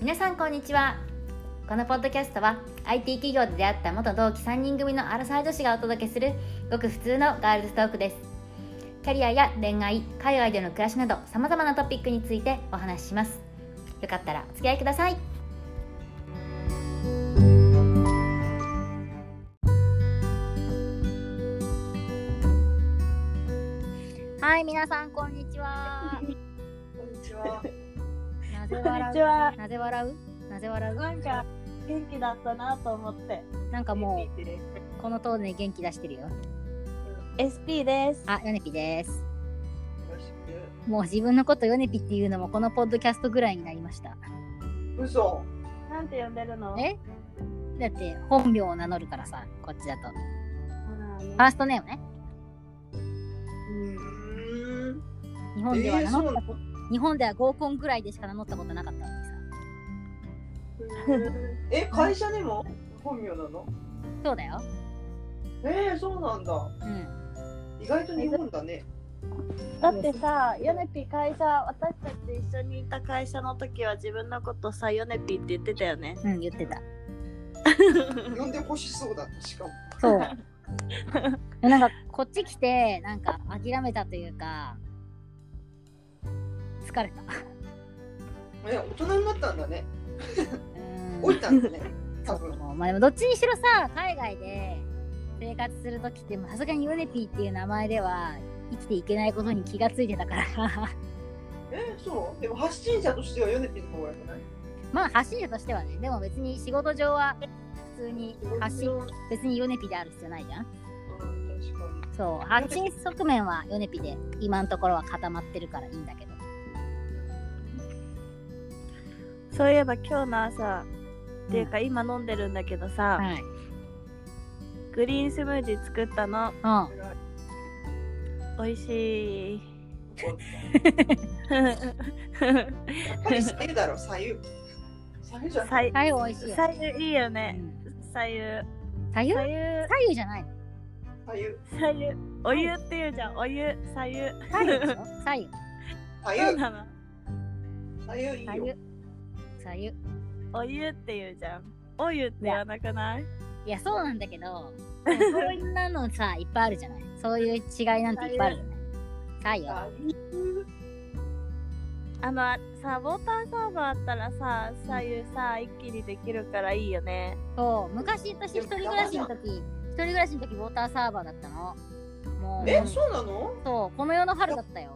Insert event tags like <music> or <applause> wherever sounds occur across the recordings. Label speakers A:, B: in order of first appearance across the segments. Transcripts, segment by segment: A: 皆さんこんにちはこのポッドキャストは IT 企業で出会った元同期3人組のアラサー女子がお届けするごく普通のガールズトークですキャリアや恋愛海外での暮らしなどさまざまなトピックについてお話ししますよかったらお付き合いくださいはい皆さんこんにちは
B: こんにちは。
A: <laughs> なぜ
C: こんにち
A: 笑
C: は
A: う。なぜ笑うなぜ笑
C: なんか元気だったなと思って。
A: うなんかも
B: う。
A: うこのトーンで元気出してるよ
C: SP です。
A: あヨネピです
B: よろし
A: もう自分のことヨネピっていうのもこのポッドキャストぐらいになりました。
B: く。嘘。
C: なんて呼んでるの？
A: えだって本名を名乗るからさ、こっちだと。フ
C: あー
A: ァーストネームね。
B: うーん。
A: 日本では
B: えー
A: 名
B: そう
A: 乗った、
B: なの
A: 日本では合コンぐらいでしか名乗ったことなかったのにさ。
B: え、会社でも本名なの
A: そうだよ。
B: えー、そうなんだ。
A: うん。
B: 意外と日本だね。
C: だってさ、ヨネピ会社私たち一緒にいた会社の時は自分のことさヨネピって言ってたよね。
A: うん、言
B: <laughs>
A: ってた。
B: 呼んでほしそうだ、しかも。 <laughs>
A: そう。でなんかこっち来て、なんか諦めたというか、疲れた。
B: え、大人になったんだね。
A: うん。
B: 老いたん
A: <laughs>
B: だね。
A: そ
B: 多
A: う
B: 分。
A: まあでもどっちにしろさ海外で生活する時ってさすがにヨネピーっていう名前では生きていけないことに気がついてたから <laughs>
B: えー、そうでも発信者としてはヨネピの方が良くない
A: まあ発信者としてはねでも別に仕事上は普通に発信
B: うん、
A: 別にヨネピである必要ないじゃん
B: 確かに。
A: そう発信側面はヨネピで今のところは固まってるからいいんだけど
C: そういえば今日の朝っていうか今飲んでるんだけどさ、
A: はい、
C: グリーンスムージー作ったの
A: うん、
B: 偉い
C: 美味しい。 <laughs>
A: <laughs>
B: やっぱり左右だろ、左右。左右じゃない。
A: 左右美味しいよ
C: 左右いいよ
A: う
C: ね。
A: ん
C: 左右
A: 左右
C: 左
A: 左
C: 右
A: 右じゃないの
B: 左右。
C: 左右お湯っていうじゃんお湯左右
A: 左右でしょ左右
B: 左
C: そう
B: 右。
C: なの
B: 左右いい
A: 左
B: よ
A: 右。左右
C: お湯っていうじゃんお湯って言わなくない
A: いやそうなんだ <laughs> けどでもそんなのさいっぱいあるじゃないそういう違いなんていっぱいあるじゃない左
B: 左
C: あのあさウォーターサーバーあったらさ左右さ一気にできるからいいよね
A: 右そう昔私一人暮らしの時一人暮らしの時ウォーターサーバーだったのもう
B: 右え、そうなの
A: そうこの世の春だったよ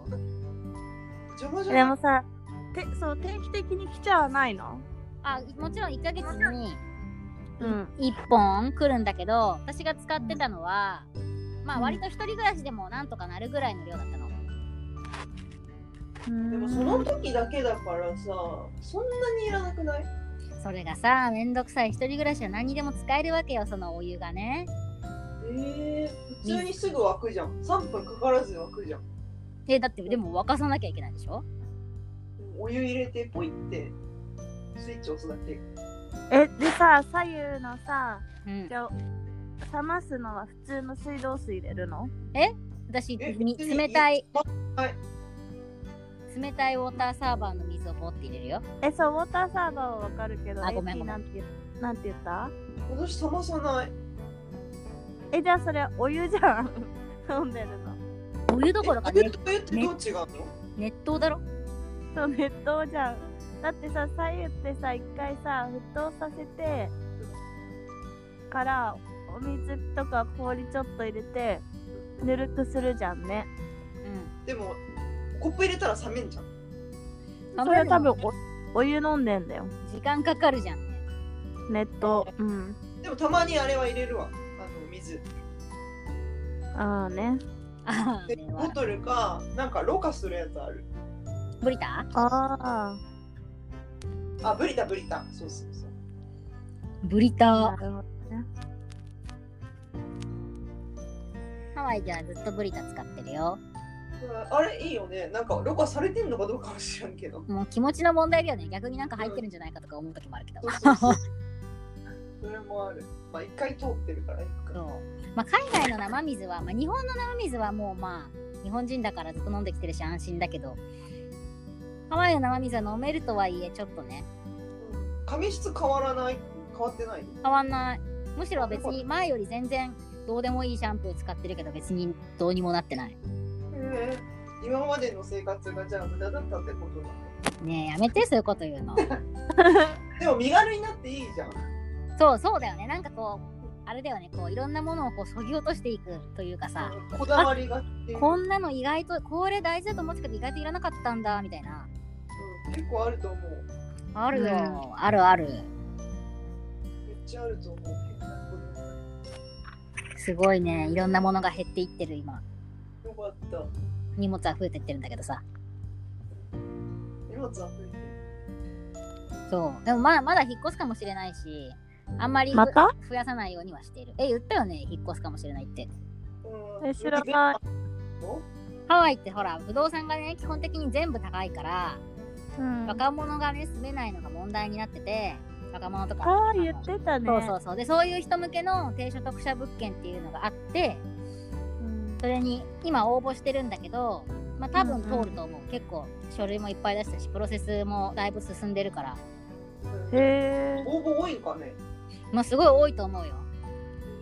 B: 邪魔じゃない
C: でもさてそう定期的に来ちゃわないの
A: あもちろん1ヶ月に
C: うん
A: 1本来るんだけど私が使ってたのはまあ割と一人暮らしでもなんとかなるぐらいの量だったの
B: でもその時だけだからさ、そんなにいらなくない
A: それがさめんどくさい一人暮らしは何にでも使えるわけよそのお湯がね
B: えー、普通にすぐ沸くじゃん。3分かからず沸くじゃん。
A: えだってでも沸かさなきゃいけないでしょ
B: お湯入れてポイってスイッチ押すだけ。
C: えでさ左右のさ
A: うん
C: じゃあ冷ますのは普通の水道水入れるの
A: 私
B: え
A: み
B: 別に
A: 冷たい
B: はい
A: 冷たいウォーターサーバーの水をポって入れるよ
C: えそうウォーターサーバーはわかるけど
A: あごめん
C: AP
A: ごめん
C: なんて言うなんて言った
B: 私冷まさない。
C: えじゃあそれお湯じゃん <laughs> 飲んでるの
A: お湯どころか
B: えお
A: ね
B: 湯とお湯ってどう違うの、
A: 熱湯だろ
C: そう熱湯じゃんだってさ左右ってさ一回さ沸騰させてからお水とか氷ちょっと入れてぬるくするじゃんね
A: うん
B: でも、コップ入れたら冷めんじゃん。
A: あ
C: それは多分
A: ま
C: おお湯飲んでんだよ
A: 時間かかるじゃん
C: 熱湯うん
B: でもたまにあれは入れるわ。あの水。
C: ああね
A: あ
B: で
A: れ
B: ボ
A: は
B: トルか、なんかろ過するやつある。
A: ブリタ
C: ああ
B: あ、ブリタブリタ。そうそうそう。
A: ブリタ
C: なるほどね
A: ハワイではずっとブリタ使ってるよ
B: あれいいよね。なんかろ過されてんのかどうかは知らんけど。
A: もう気持ちの問題だよね逆になんか入ってるんじゃないかとか思う時もあるけど
B: そうそうそう <laughs> それもある。まあ一回通ってるからいいか。
A: そうまあ、海外の生水は、まあ、日本の生水はもうまあ日本人だからずっと飲んできてるし安心だけどハワイの生水は飲めるとはいえちょっとね
B: うん髪質変わらない変わってない
A: 変わんないむしろ別に前より全然どうでもいいシャンプー使ってるけど別にどうにもなってない
B: えー今までの生活がじゃあ無駄だったってことだね
A: ねえやめてそういうこと言う
C: <laughs>
A: の
B: でも身軽になっていいじゃん
A: そうそうだよねなんかこうあれだよねこういろんなものをこうそぎ落としていくというかさ
B: こだわりがっていう、
A: こんなの意外とこれ大事だと思ってたけど意外といらなかったんだみたいな
B: うん結構あると思う
A: あるよ、
C: う
A: あるある
B: めっちゃあると思うけど
A: すごいねいろんなものが減っていってる今
B: よかった
A: 荷物は増えてってるんだけどさ
B: 荷物は増えてる
A: そうでもまあまだ引っ越すかもしれないしあんまり
C: また
A: 増やさないようにはしているえ言ったよね引っ越すかもしれないって
B: うん
C: え知らない
B: お
A: ハワイってほら不動産がね基本的に全部高いから
C: うん
A: 若者がね住めないのが問題になってて若者とか
C: ああ
A: の
C: 言ってたね
A: そうそうそうでそういう人向けの低所得者物件っていうのがあって
C: うん
A: それに今応募してるんだけど、まあ、多分通ると思う、結構書類もいっぱい出したしプロセスもだいぶ進んでるから、
B: うん
C: へ
B: 応募多いんかね
A: まあ、すごい多いと思うよ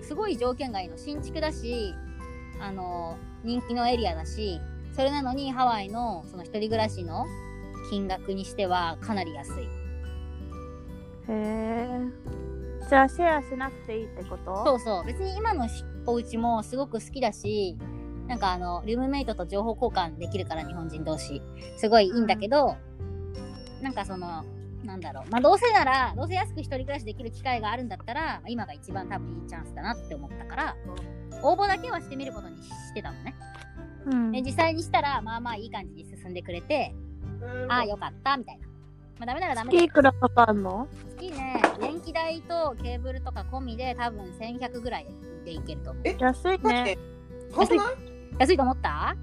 A: すごい条件がいいの新築だしあの人気のエリアだしそれなのにハワイのその一人暮らしの金額にしてはかなり安い
C: えへえじゃあシェアしなくていいってこと
A: そうそう別に今のしお家もすごく好きだしなんかあのルームメイトと情報交換できるから日本人同士すごいいいんだけど、なんかそのなんだろうまあどうせならどうせ安く一人暮らしできる機会があるんだったら、まあ今が一番多分いいチャンスだなって思ったから応募だけはしてみることにしてたのね、
C: うん
A: で実際にしたらまあまあいい感じに進んでくれて、
B: うん
A: ああよかったみたいなまあダメならダメだ
C: 月いくらかかんの
A: 月ね電気代とケーブルとか込みで多分1100ぐらいでいけると思う
C: 安い
B: だっ
C: ね
B: て高くない
A: 安いと思った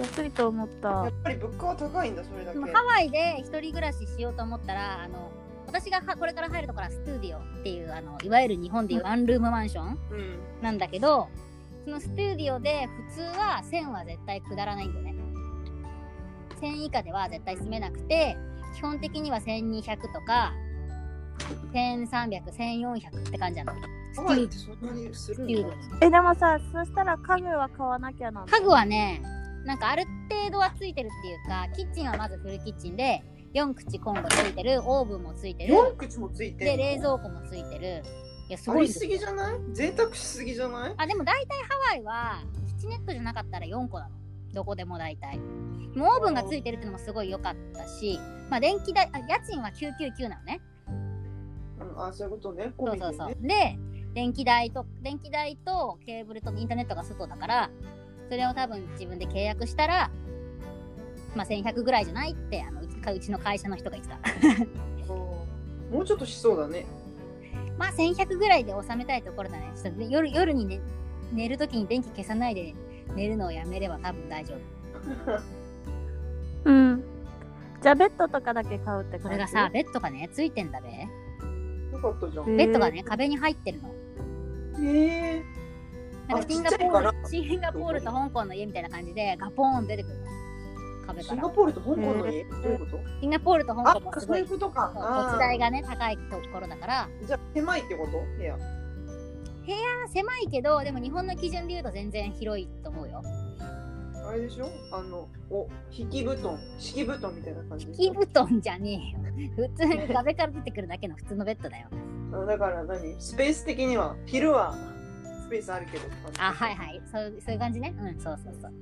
C: 安いと思っ
B: や
C: た
B: っぱり物価は高いんだそれだ
A: で
B: け
A: もハワイで一人暮らししようと思ったらあの私がはこれから入るところはストゥディオっていうあのいわゆる日本でいうワンルームマンション
B: うん
A: なんだけどそのストゥディオで普通は1000は絶対くだらないんだよね1000以下では絶対住めなくて基本的には1200とか13001400って感じなの
B: ハワイってそんなにす
A: ス
B: る
A: テュー
B: ん
A: デ
B: だ
A: ィ
C: えでもさそしたら家具は買わなきゃな
A: オ
C: の
A: 家具はねなんかある程度はついてるっていうかキッチンはまずフルキッチンで4口コンロついてるオーブンもついてる
B: 4口もついて
A: で
B: る
A: 冷蔵庫もついてるいやす
B: あ
A: ごい
B: り
A: です
B: す
A: よ
B: ぎじゃない贅沢しすぎじゃない
A: あでも大体ハワイはキッチネットじゃなかったら4個なのどこでも大体もうオーブンがついてるってのもすごい良かったしまあ電気代あ家賃は999なのね
B: うんあそういうことね
A: そ
B: 込
A: う
B: み
A: そう
B: で
A: そう
B: ね
A: で電気代と電気代とケーブルとインターネットが外だからそれを多分自分で契約したらまあ1100ぐらいじゃないってあのうちうちの会社の人が言ってた
B: うんもうちょっとしそうだね
A: まあ1100ぐらいで収めたいところだね。ちょっとね夜夜に、ね、寝るときに電気消さないで寝るのをやめれば多分大丈夫。
C: うんじゃあベッドとかだけ買うって感じ
A: これがさ、ベッドがね、ついてんだべ。
B: よかったじゃん
C: へ
A: ベッドがね、壁に入ってるの。
B: え
A: なん
B: あ
A: かシンガポ
B: ちっちゃいか
A: ール、
B: ら
A: シンガポールと香港の家みたいな感じでガポーン出てくるの。壁
B: シ
A: か
B: ンガ
A: ら。
B: ポールと香港の家
C: うん
B: どういうこと
A: シンガポールと香
B: あ
A: 港もす
B: そ
A: ご
B: うい
A: いう
B: ことか
A: 土地
B: あ
A: 代がね、高いところだから、
B: ーじゃあ狭いってこと部屋
A: まあ、狭いけど、でも日本の基準で言うと全然広いと思うよ。
B: あれでしょあのお引き布団敷き布団みたいな感じでし
A: 木
B: ょ
A: 布団じゃねえよ。普通に壁から出てくるだけの普通のベッドだよ。
B: あだから何スペース的には昼はスペースあるけどって感じ
A: あはいはいそうそういう感じねうんそうそうそう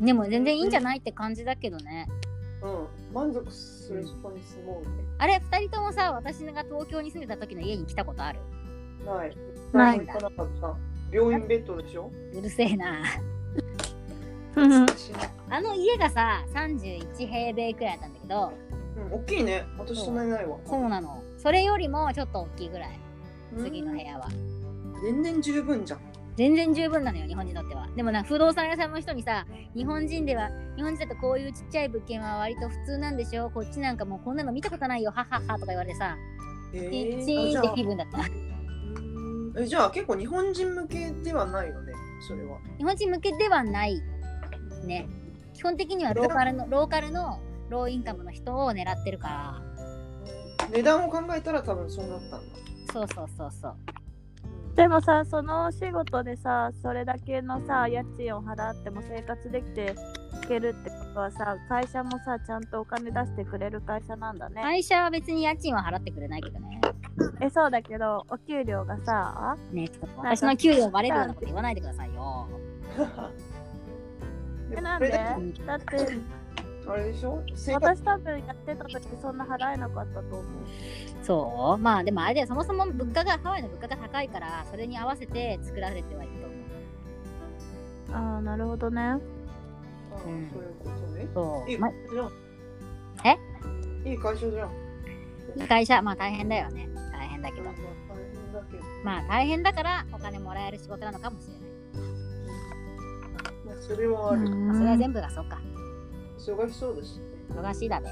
A: でも全然いいんじゃないって感じだけどね
B: うん満足するそこに住もうね
A: あれ2人ともさ私が東京に住んでた時の家に来たことある
B: ない
C: な
B: 何
C: い
B: も行かなかった病院ベッドでしょ
A: うるせえな
C: うん
B: しない
A: あの家がさ31平米くらいだったんだけど
B: うん大きいね私隣ないわ
A: そうなのそれよりもちょっと大きいぐらい
B: うん
A: 次の部屋は
B: 全然十分じゃん
A: 全然十分なのよ日本人にとってはでもな不動産屋さんの人にさ日本人では日本人だとこういうちっちゃい物件は割と普通なんでしょこっちなんかもうこんなの見たことないよはっはっはとか言われてさ
B: え
A: チ
B: ー
A: ーチーンっ
B: あじ
A: て
B: ゃあ
A: 気分だった
B: うんえじゃあ結構日本人向けではないよねそれは
A: 日本人向けではないね基本的にはローカルのローカルのローインカムの人を狙ってるから
B: 値段を考えたら多分そうなったんだ。
A: そうそうそうそう
C: でもさそのお仕事でさそれだけのさ家賃を払っても生活できていけるってことはさ会社もさちゃんとお金出してくれる会社なんだね、
A: 会社は別に家賃は払ってくれないけどね
C: えそうだけどお給料が
A: <laughs>
C: さ
A: ねちょっと私の給料バレるようなこと言わないでくださいよ
C: え
B: うん
C: なんで
B: こ
A: うん
C: だって
B: れあれでしょ生活
C: 私多分やってた時そんな払えなかったと思う
A: そうまあでもあれだよそもそも物価がハワイの物価が高いからそれに合わせて作られてはいると思
C: ああなるほどね
B: ああ
A: うん
B: そういうことね。
A: う
B: い
A: そ、
B: いう
A: ま
B: 会社じゃん。えいい会社じゃん。
A: あ、会社まあ大変だよね大変だけ
B: ま
A: ど
B: あ大変だけど。
A: まあ大変だからお金もらえる仕事なのかもしれない
B: まあ、それはある。
A: あそれは全部がそうか
B: 忙しそうですね。
A: 忙しいだね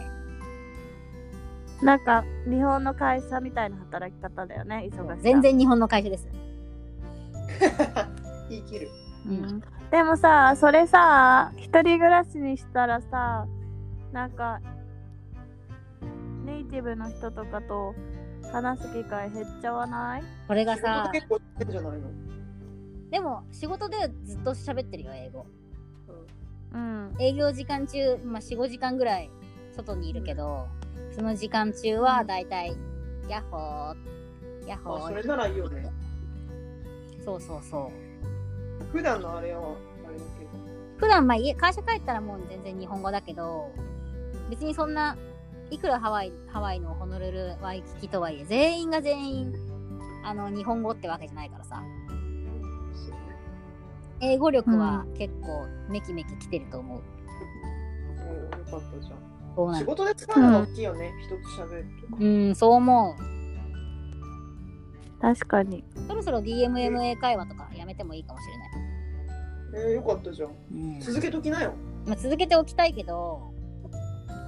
C: なんか日本の会社みたいな働き方だよね忙しさ
A: 全然日本の会社です
B: 言い切る。
A: う
C: うんんでもさそれさ一人暮らしにしたらさなんかネイティブの人とかと話す機会減っちゃわない
A: これがさ
B: 仕事結構してんじゃないの
A: でも仕事でずっと喋ってるよ英語
C: うん
A: 営業時間中、まあ、45時間ぐらい外にいるけど、その時間中はだいたいヤッホーヤッホ
B: あ、そ
A: ー
B: れならいいよね。
A: そうそうそう
B: 普段のあれは、あれだけど。
A: 普段まあ家会社帰ったらもう全然日本語だけど別にそんないくらハワイハワイのホノルルワイキキとはいえ全員が全員あの日本語ってわけじゃないからさ
B: うんそうね
A: 英語力は結構メキメキきてると思う、
B: およかったじゃ。
A: そうなんん
B: 仕
A: だ
B: 事で使うのが大きいよね。人と喋るとか。
A: うんそう思う
C: 確かに
A: そろそろ DMMA 会話とかやめてもいいかもしれない、
B: えー、よかったじゃん。
A: うん
B: 続けときなよ。
A: まあ、続けておきたいけど、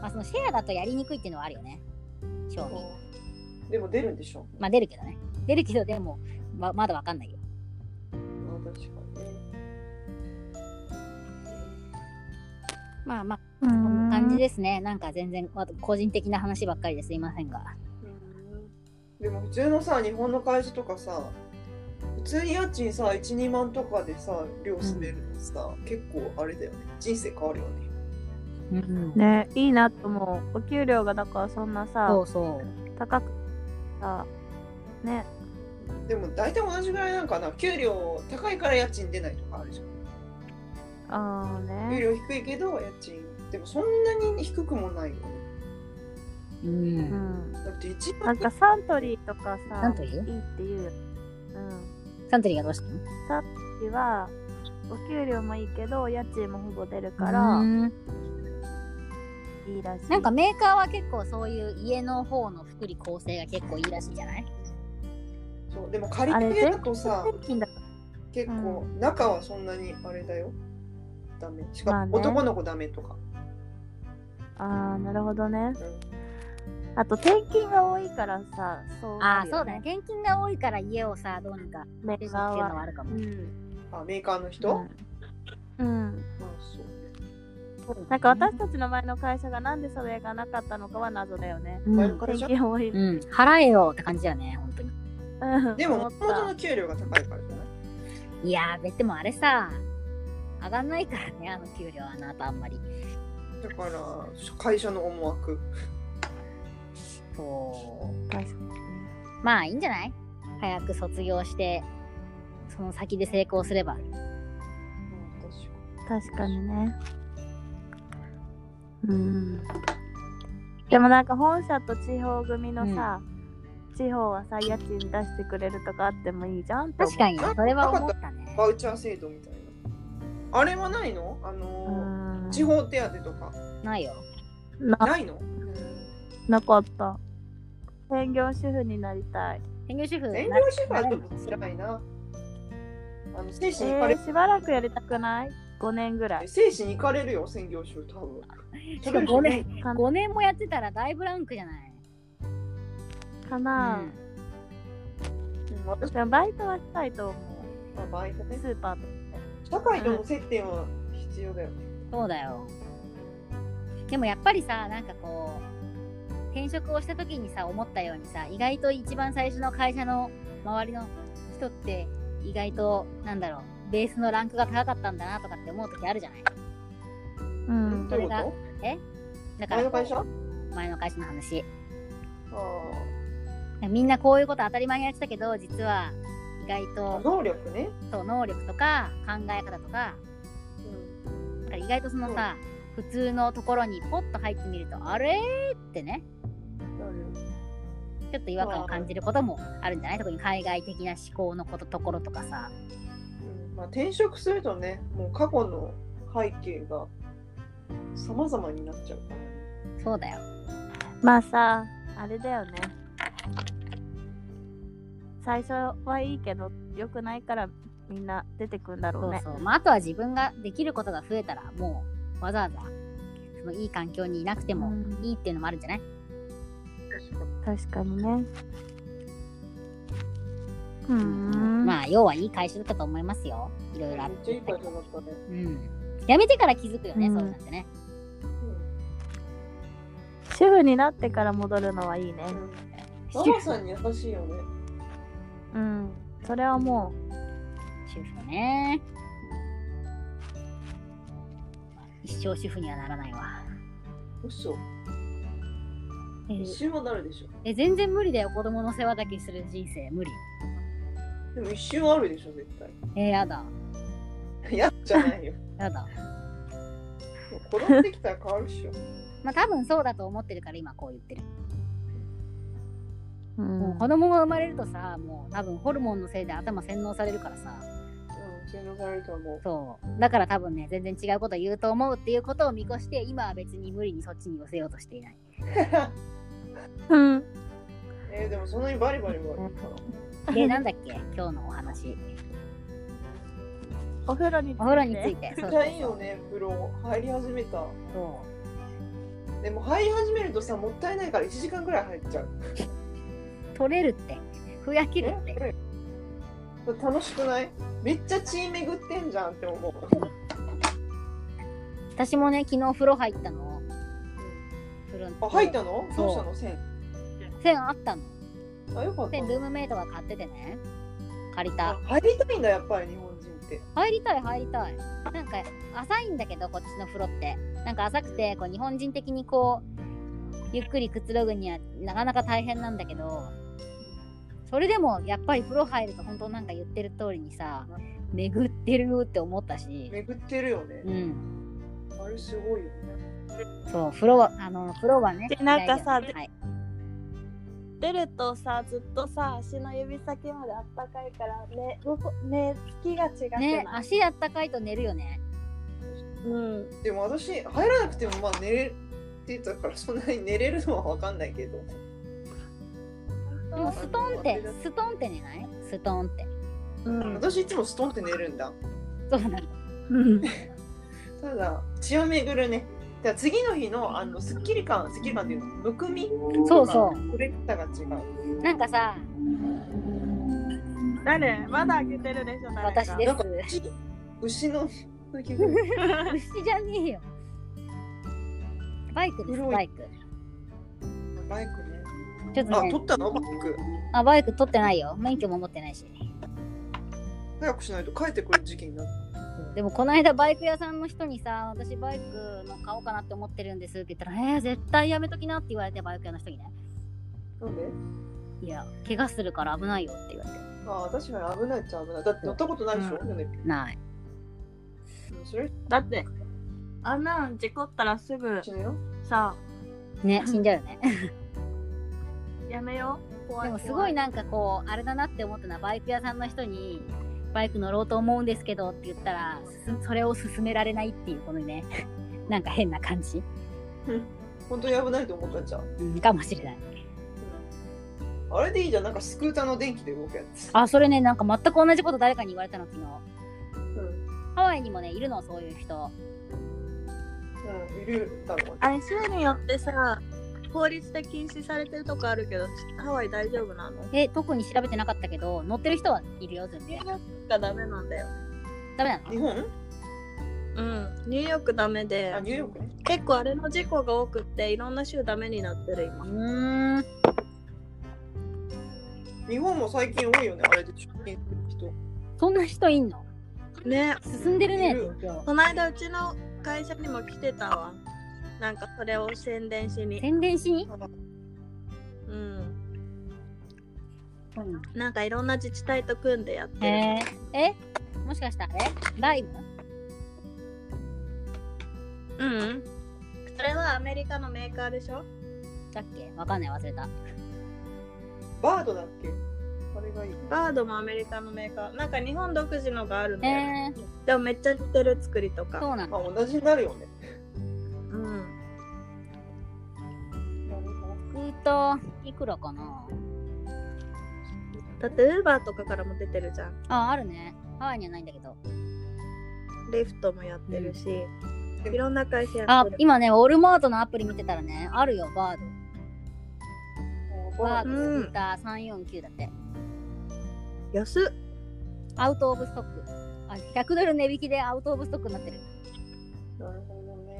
A: まあ、そのシェアだとやりにくいっていうのはあるよね正味
B: でも出るんでしょ。
A: まあ出るけどね出るけどでもままだわかんないよ
B: あ確かにね。
A: まあまあこ
C: う
A: ん
C: ん
A: な感じですねなんか全然まあ個人的な話ばっかりですいませんが
B: でも普通のさ、日本の会社とかさ、普通に家賃さ、1、2万とかでさ、寮住めるのさ、結構あれだよね。人生変わるよね。
A: うん
C: ねいいなと思うお給料がだからそんな
A: そ
C: さ
A: うそう
C: 高くさね
B: でも大体同じぐらいなんかな、給料高いから家賃出ないとかあるじ
C: ああ
B: ゃん。給
C: ね
B: 料低いけど家賃。でもそんなに低くもないよね。
A: う
C: うんん
B: だって一
C: な
B: 番
C: んかサントリーとか
A: サ
C: さ
A: ントリ
C: い
A: ー
C: いって言うようん
A: サントリーがどうしたの
C: 時はお給料もいいけど家賃もほぼ出るか
A: う
C: ら
A: ん
C: いいらしい
A: なんかメーカーは結構そういう家の方の福利厚生が結構いいらしいじゃない
B: そうでも借りてだとさ、
C: 全金だか
B: 結構
C: う
B: 中はそんなにあれだよ。ダメ。しか
C: まあね
B: も男の子ダメとか。
C: らああなるほどね
B: うん
C: あと転勤が多いからさそう
A: あ
C: な
A: あ
C: る
A: そ
C: よ
A: うだね転勤が多いから家をさどうにか
C: メ
A: 出る
C: ー
A: っ
C: カー
A: ていうの
C: は
A: はあるか
C: う
A: も、
C: ん
B: あメーカーの人、あ
C: うん、
B: そう
C: なんか私たちの前の会社がなんでそれがなかったのかは謎だよね。
A: うん
B: 前か
C: 転
B: らじゃ
C: 勤多い。う
A: うん、払えよって感じだよね、本当に。
C: ん、
B: でも
C: 思
B: も
C: っ
B: と
C: た
B: の給料が高いからじゃない
A: いやー、別でもあれさ、上がんないからね、あの給料はあなたあんまり。
B: だから会社の思惑
A: そう。
C: 確かに
A: まあいいんじゃない早く卒業して、その先で成功すれば。
C: 確かにね。うん。でもなんか本社と地方組のさ、地方はさ家賃出してくれるとかあってもいいじゃんって思う
A: 確かに、それは思ったね。
B: バウチャー制度みたいなあれはないのあ
C: う
B: の
C: ん
B: 地方手当とか
A: ないよ。
C: な
B: ないの
C: なかった専業主婦になりたい
A: 専業主婦
B: 専業主婦はちょっと辛いなあの精
C: え
B: 神いかれ、
C: ー、しばらくやりたくない5年ぐらい
B: 精神いかれるよ専業主婦多分
A: しかも5年、
C: か
A: 5年もやってたらだいぶランクじゃない。
C: かな、
A: うん
B: うん私
C: でもバイトはしたいと思
B: はバイト
C: う
B: ね
C: スーパーと
B: 社会との接点は必要だよね
A: そうだよ。でもやっぱりさ、なんかこう、転職をした時にさ思ったようにさ意外と一番最初の会社の周りの人って意外となんだろうベースのランクが高かったんだなとかって思う時あるじゃない
C: うん
B: どういうこ
A: そ
B: と
A: だから
B: 前の会社あ
A: 前の会社の話
B: あ
A: みんなこういうこと当たり前にやってたけど実は意外と
B: 能力ね、
A: そう能力とか考え方とか
B: うん、
A: なんか意外とそのさ、普通のところにポッと入ってみるとあれってねちょっと違和感を感じることもあるんじゃない特に海外的な思考のことところとかさ
B: うんまあ、転職するとねもう過去の背景が様々になっちゃうから
A: そうだよ
C: まあさあれだよね最初はいいけど良くないからみんな出てくんだろ
A: そうう
C: ね
A: そう、まあ、あとは自分ができることが増えたらもうわざわざそのいい環境にいなくて
C: う
A: も
C: ん
A: いいっていうのもあるんじゃない
C: 確かにねうーん
A: まあ要はいい会社だったと思いますよいろいろあっ
B: めっちゃいい
A: て
B: 会社だったね、
A: うんやめてから気づくよね、
C: うん
A: そうなんてね
B: うん
C: 主婦になってから戻るのはいいね
B: うん、ママさんに優しいよね
C: うんそれはも
A: 主婦ね一生主婦にはならないわ
B: 嘘
A: え
B: 一周はなるでしょ
A: え全然無理だよ子供の世話だけする人生無理
B: でも一周はあるでしょ絶
A: えー、やだ
B: 対 <laughs> やっじゃないよ
A: やだ
B: もう子供できたら変わるっしょ
A: まあ多分そうだと思ってるから今こう言ってる、
C: う、う
A: もうん子供が生まれるとさもう多分ホルモンのせいで頭洗脳されるからさ
B: うん洗脳されると思う
A: そうだから多分ね全然違うこと言うと思うっていうことを見越して今は別に無理にそっちに寄せようとしてい
B: <laughs>
A: ない
C: うん、
B: えー、でもそんなにバリバリバリから
A: でなんだっけ今日のお話
C: お風呂について
A: お風呂について
B: め
A: そ
B: っ
A: う
B: ち
A: そう
B: ゃいいよね風呂入り始めた
A: そ
B: でも入り始めるとさもったいないから1時間ぐらい入っちゃう
A: う取れるってふやけるって
B: えこれ楽しくないめっちゃ血巡ってんじゃんって思う
A: 私もね昨日風呂入ったの風呂
B: あ入ったのどうしたの線
A: 線あったの
B: あよかった
A: 線ルームメイトが買っててね借り
B: あ
A: た
B: 入りたいんだやっぱり日本人って
A: 入りたい入りたいなんか浅いんだけどこっちの風呂ってなんか浅くてこう日本人的にこうゆっくりくつろぐにはなかなか大変なんだけどそれでもやっぱり風呂入ると本当なんか言ってる通りにさ巡ってるって思ったし
B: 巡ってるよね
A: うん
B: あれすごいよね
A: そう風呂はあの風呂はね
C: でなんか
A: 嫌
C: さ
A: いだよねはい
C: 出るとさずっとさ足の指先まであったかいからねどこねつきが違ってない、
A: ね足あったかいと寝るよね
C: うん
B: でも私入らなくてもまあ寝れるって言ったからそんなに寝れるのは分かんないけど
A: でもストンってストンって寝ないストンって
C: うん
B: 私いつもストンって寝るんだ
A: そうなの
C: うん
B: ただ血を巡るねじゃ次の日のあのすっきり感すっきり感っていうのむくみ
A: そうそう
B: うれたが違う
A: なんかさ
C: 誰まだ開けてるでしょ誰か
A: 私で
B: なんか
A: す
B: 牛牛の <laughs> 時
A: 牛じゃねえよ。バイクです、
B: 黒い
A: バイク。
B: バイクね
A: ちょっ
B: あ
A: とね
B: 取、ったのバイク
A: あ、バイク取ってないよ。免許も持ってないし。
B: 早くしないと帰ってくる時期になる
A: でも、この間、バイク屋さんの人にさ、私、バイクの買おうかなって思ってるんですって言ったら、えー、絶対やめときなって言われて、バイク屋の人にね。
B: なんで
A: いや、怪我するから危ないよって言われて。
B: ああ確かに危ないっちゃ危ないだって乗ったことないでしょ、
C: う
B: なんだっけ
A: ない。
B: うんそれ
C: だってあんなの事故ったらすぐ
B: 死ぬよ
C: さ
A: ね、死んじゃうよね。
C: やめよう怖
A: で
C: い
A: も、
C: 怖
A: すごいなんかこう、あれだなって思ったのは、バイク屋さんの人に、バイク乗ろうと思うんですけどって言ったら、すそれを勧められないっていう、このね、 <laughs> なんか変な感じ、
B: 本当に危ないと思ったんじゃん
A: うん、かもしれない。
B: あれでいいじゃんなんかスクーターの電気で動くやつ
A: あそれねなんか全く同じこと誰かに言われたの昨日
B: うん、う
A: ハワイにもねいるのそういう人
B: ん、いるだろうね
C: あれ州によってさ法律で禁止されてるとこあるけどハワイ大丈夫なの
A: え特に調べてなかったけど乗ってる人はいるよ全然
C: がダメなんだよ
A: ダメなの
B: 日本
C: うん、ニューヨークダメで
B: あ、ニューヨークね。
C: 結構あれの事故が多くっていろんな州ダメになってる今
A: うんう
B: 日本も最近多いよね、あれで出勤する
A: そんな人いんの
C: ね
A: 進んでるね
B: いる
A: 東京
C: この間うちの会社にも来てたわなんかそれを宣伝しに
A: 宣伝しに
B: 人。
C: うん
A: そうなの
C: なんかいろんな自治体と組んでやってる、
A: へええもしかしたらえライブ
C: うんうんそれはアメリカのメーカーでしょ
A: だっけわかんない忘れた
B: バードだっけあれがいい。
C: バードもアメリカのメーカーなんか日本独自のがあるんだよね、
A: へえ
C: でもめっちゃ似てる作りとか
A: そうなの
B: まあ同じになるよね。
C: うん
B: なるほど
A: 封筒いくらかな
C: だってウーバーとかからも出てるじゃん
A: ああるねハワイにはないんだけど
C: リフトもやってるし、
B: うん
C: いろんな会社やっ
A: あ
C: てる
A: 今ねウォルマートのアプリ見てたらねあるよバード
B: バ
A: バ
B: ー
A: ー
B: ド
A: ド
C: うん
A: スーター349だって
C: 安っ
A: アウトオブストックあ100ドル値引きでアウトオブストックになってる
B: なるほどね。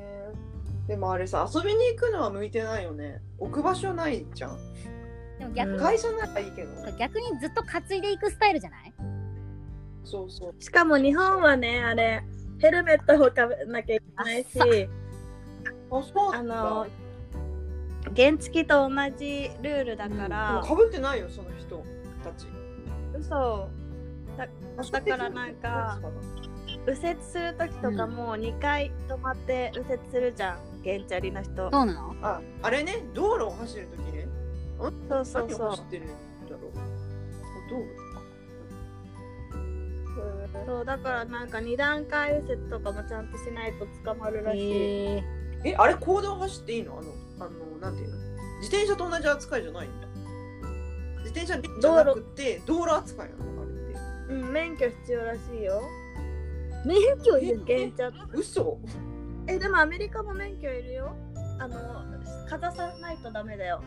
B: でもあれさ、遊びに行くのは向いてないよね。置く場所ないじゃん。
A: でも逆に、
C: うん
B: 会社ならいいけど。
A: 逆にずっと担いでいくスタイルじゃない
B: そうそう。
C: しかも日本はねあれヘルメットをかぶんなきゃいけないし
B: あ、そう
C: あの原付と同じルールだから、
B: かぶってないよ、その人たち。
C: 嘘
B: だ
C: だからなんか右折する時とかも2回止まって右折するじゃん原チャリの人
A: そうなの
B: あ、あれね、道路を走るときね。
C: そうそう
B: 何を
C: そう
B: 走ってるんだろう。道路か
C: そうだからなんか2段階右折とかもちゃんとしないと捕まるらしい、
A: へえ
B: えーえ、あれ、公道走っていいのあの、あの、なんていうの自転車と同じ扱いじゃないんだ。自転車じゃなくて、道路扱いなのあれって。
C: うん免許必要らしいよ
A: 免許いるの
C: 原チャリ
B: 嘘
C: えでもアメリカも免許いるよあのかざさないとダメだよ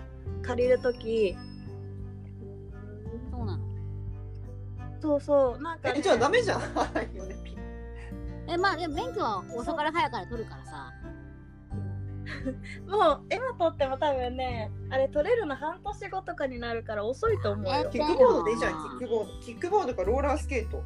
C: 借りる時
A: そうなの
C: そうそうなんか、ね
B: え、、じゃあダメじゃん。はいよねピ
A: えまあでも免許は遅から早から取るからさ
C: もう今取っても多分ねあれ取れるの半年後とかになるから遅いと思うよ
B: キックボードでいいじゃん、キックボード。キックボードかローラースケート。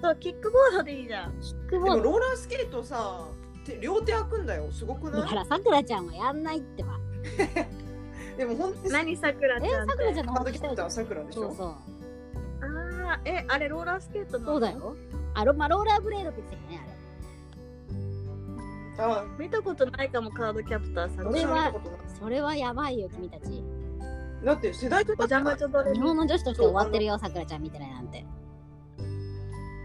C: そうキックボードでいいじゃん
A: キック
B: でも
A: ボード
B: ローラースケートさ、て両手開くんだよ。すごく
A: だ
B: な
A: からさくらちゃんはやんないってば
B: いでも本当に
C: 何さくら
A: え
C: ちゃんっ
A: さくらち
C: て
A: ゃんの
B: あ
A: 方
B: の
A: が
B: 来
A: 来た
B: てた
A: じゃ
B: の
A: ん
B: さくらでし
A: そう
B: ょ
A: そう
C: あーえあれローラースケートの
A: そうだよあロ,、まあ、ローラーブレードって言ってたよね
B: あ
C: 見たことないかもカードキャプターさ
B: あ
C: ん
A: これ
B: 私
A: は
B: も見たことない
A: あれそれはやばいよ君たち
B: だって世代と
C: お邪魔女ドレ
A: 日
C: ミ
A: 本の女子として終わってるよさくらちゃん見てないなんて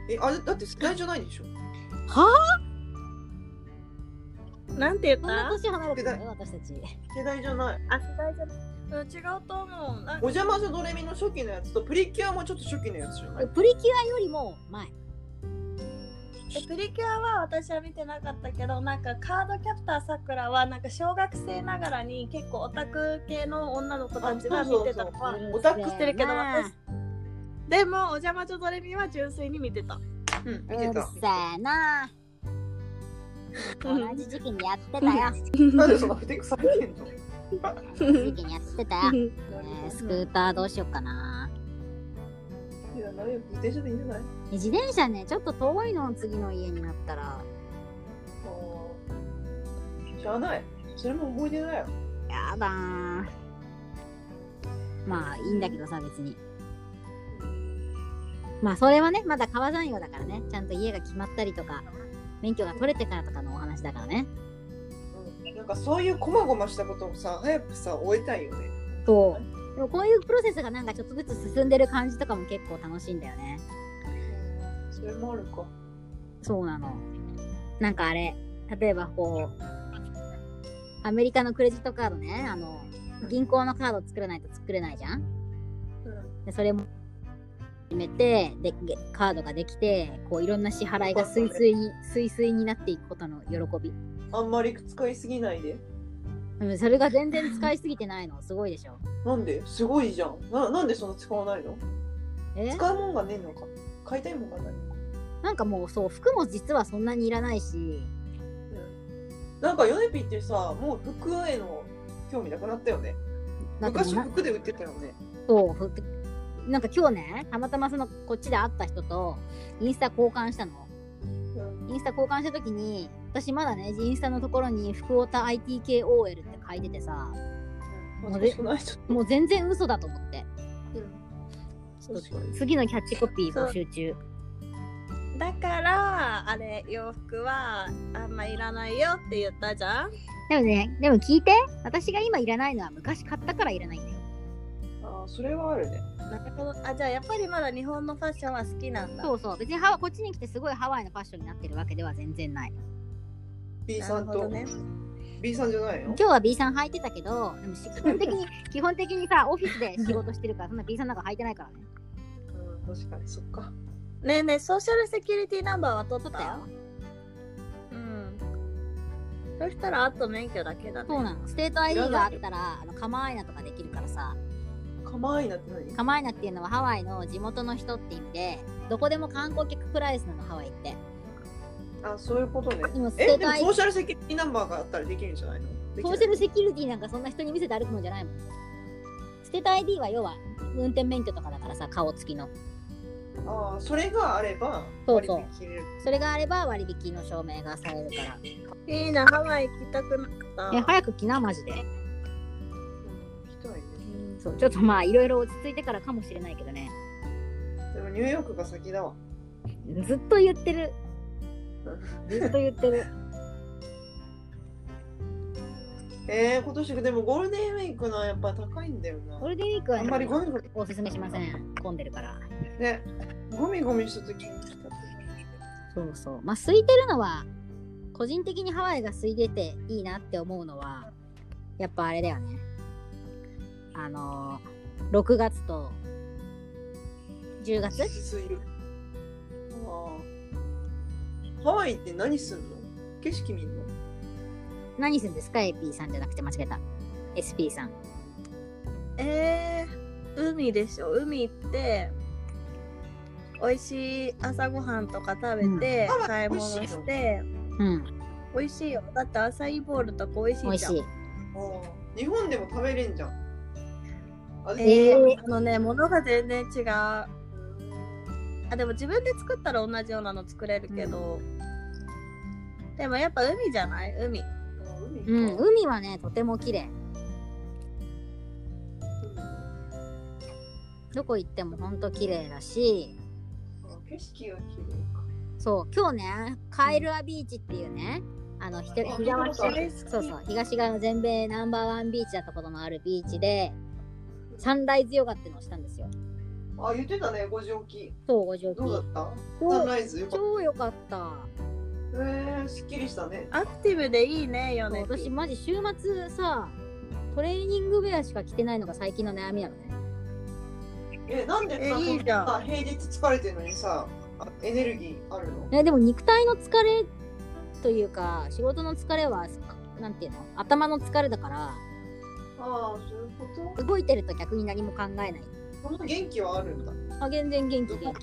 B: えあれだって世代じゃないでしょ
A: はあ
C: なんて言っ
A: そんな
C: た
A: 年離れてるよ私たち
B: 世代じゃない
C: あ世代じゃないうん違うと思うなん
B: お邪魔女ドレミの初期のやつとプリキュアもちょっと初期のやつじゃない
A: プリキュアよりも前
C: えプリキュアは私は見てなかったけどなんかカードキャプターさくらはなんか小学生ながらに結構オタク系の女の子たちは
B: あそうそう
C: 見てたのは
B: オタク
C: 知ってるけど
A: な
C: 私でもお邪魔女ドレミは純粋に見てた
B: うん見
A: う
B: て
A: る
B: た
A: せえな同じ時期にやってたよ
B: なんでそんなふてくされてんの
A: 同じ <laughs> 時期にやってたよ、ねえ、スク
B: い
A: ーターどうしようかな
B: やなるよ自転車でいいんじゃない
A: 自転車ねちょっと遠いの次の家になったら
B: あーしゃあないそれも思い出だよ
A: やだーまあいいんだけどさ別にまあそれはねまだ川山用だからねちゃんと家が決まったりとか免許が取れてからとかのお話だからね
B: うんなんかそういうこまごましたことをさ早くさ終えたいよね
A: そうでもこういうプロセスがなんかちょっとずつ進んでる感じとかも結構楽しいんだよね
B: それもあるか
A: そうなの。なんかあれ、例えばこう、アメリカのクレジットカードね、あの、銀行のカード作らないと作れないじゃんで、それも決めて、で、げカードができて、こういろんな支払いがすいすいに、すいすいになっていくことの喜び。
B: あんまり使いすぎないで
A: うん、それが全然使いすぎてないの、すごいでしょ。
B: なんですごいじゃんななんでそんな使わないの
A: え
B: 使うもんがねえのか買いたいもんがないのか
A: なんかもうそう服も実はそんなにいらないし
B: なんかヨネピってさもう服への興味なくなったよね
A: だってもう
B: 昔
A: な
B: 服で売ってたよね
A: そうふなんか今日ねたまたまそのこっちで会った人とインスタ交換したの
B: うん
A: インスタ交換した時に私まだねインスタのところに福岡 ITKOL って書いててさ
B: 恥ずかしくないちょっ
A: もう全然嘘だと思って
B: と
A: ょっと
B: 確かに
A: 次のキャッチコピー募集中
C: だからあれ洋服はあんまいらないよって言ったじゃん
A: でもねでも聞いて私が今いらないのは昔買ったからいらないんだよ
B: あーそれはあるね
C: なるほどあじゃあやっぱりまだ日本のファッションは好きなんだ
A: そうそう別にハワこっちに来てすごいハワイのファッションになってるわけでは全然ない
B: B
C: な
B: さ
C: る
B: ん
C: ほど
B: と、
C: ね
B: B さんじゃないの
A: 今日は B さん履いてたけどでもし基本的 <laughs> に基本的にさオフィスで仕事してるからそんな B さんなんか履いてないからね
B: うん確かにそっか
C: ねえねえソーシャルセキュリティナンバーは取っ
A: 取
C: た
A: ったよ
C: うんそしたらあと免許だけだね
A: そうなのステート ID があったらあのカマアイナとかできるからさ
B: かまいなって何
A: カマアイナっていうのはハワイの地元の人って意味でどこでも観光客プライスなのハワイって
B: あそういうことね
A: でもステ
B: え
A: ー
B: で
A: ト ID
B: もソーシャルセキュリティナンバーがあったらできるんじゃないのでき
A: ソ
B: ない
A: ーシャルセキュリティなんかそんな人に見せて歩くもんじゃないもんステート ID は要は運転免許とかだからさ顔付きの
B: ああそれがあれば
A: そうそう
B: 割引切れる
A: それがあれば割引の証明がされるから
C: いいなハワイ行きたくなった
A: え早く来なマジで
B: うん行きたいね
A: そうちょっとまあいろいろ落ち着いてからかもしれないけどね
B: でもニューヨークが先だわ
A: ずっと言ってるずっと言って <laughs> る
B: えー、今年でもゴールデンウィークなやっぱ高いんだよな
A: ゴールデンウィークは、ね、
B: あんまりゴミゴミ
A: おすすめしません混んでるから
B: ねゴミゴミした時に来た
A: そうそうまあ空いてるのは個人的にハワイが空いてていいなって思うのはやっぱあれだよねあのー、6月と10月
B: 水曜あーハワイって何すんの景色見んの
A: 何するんですか AP さんじゃなくて間違えた SP さん
C: えー、海でしょ海行って美味しい朝ごはんとか食べて、
B: うん
C: 買い物
B: 美味しい
C: し
B: の
C: て
A: うん
C: 美味しいよだってアサイーボールとか美味し
A: 美
C: い
A: 味
C: じ
A: し
C: ゃん
A: い
B: あー日本でも食べれんじゃんあ
C: え
B: で
C: ーあのね物が全然違うあでも自分で作ったら同じようなの作れるけど、でもやっぱ海じゃない海
B: あ海か
A: うん海はねとても綺麗どこ行ってもほんと綺麗だし
B: あ景色が綺
A: そう今日ねカイルアビーチっていうねあのひと
B: 麗か
A: 東側
B: あ見たことある
A: そうそう東側の全米ナンバーワンビーチだったことのあるビーチでサンライズヨガっていうのをしたんですよ
B: あ言ってたね5時起き
A: そうご上
B: どうだ
A: 級
B: ったサン
A: 超
B: ライズよかっ
A: 超良かった
B: たえー、すっきりしたね
C: アクティブでいいねよ
A: そう
C: ね
A: 私マジ週末さトレーニングウェアしか着てないのが最近の悩みなのね
B: えなんで
C: え
B: さ
C: いいじゃん
B: そな平日疲れてるのにさあエネルギーあるの
A: ねでも肉体の疲れというか仕事の疲れはなんていうの頭の疲れだか
B: ああそういうこ
A: ら動いてると逆に何も考えない
B: とこの元気はあるんだ
A: あ全然元気元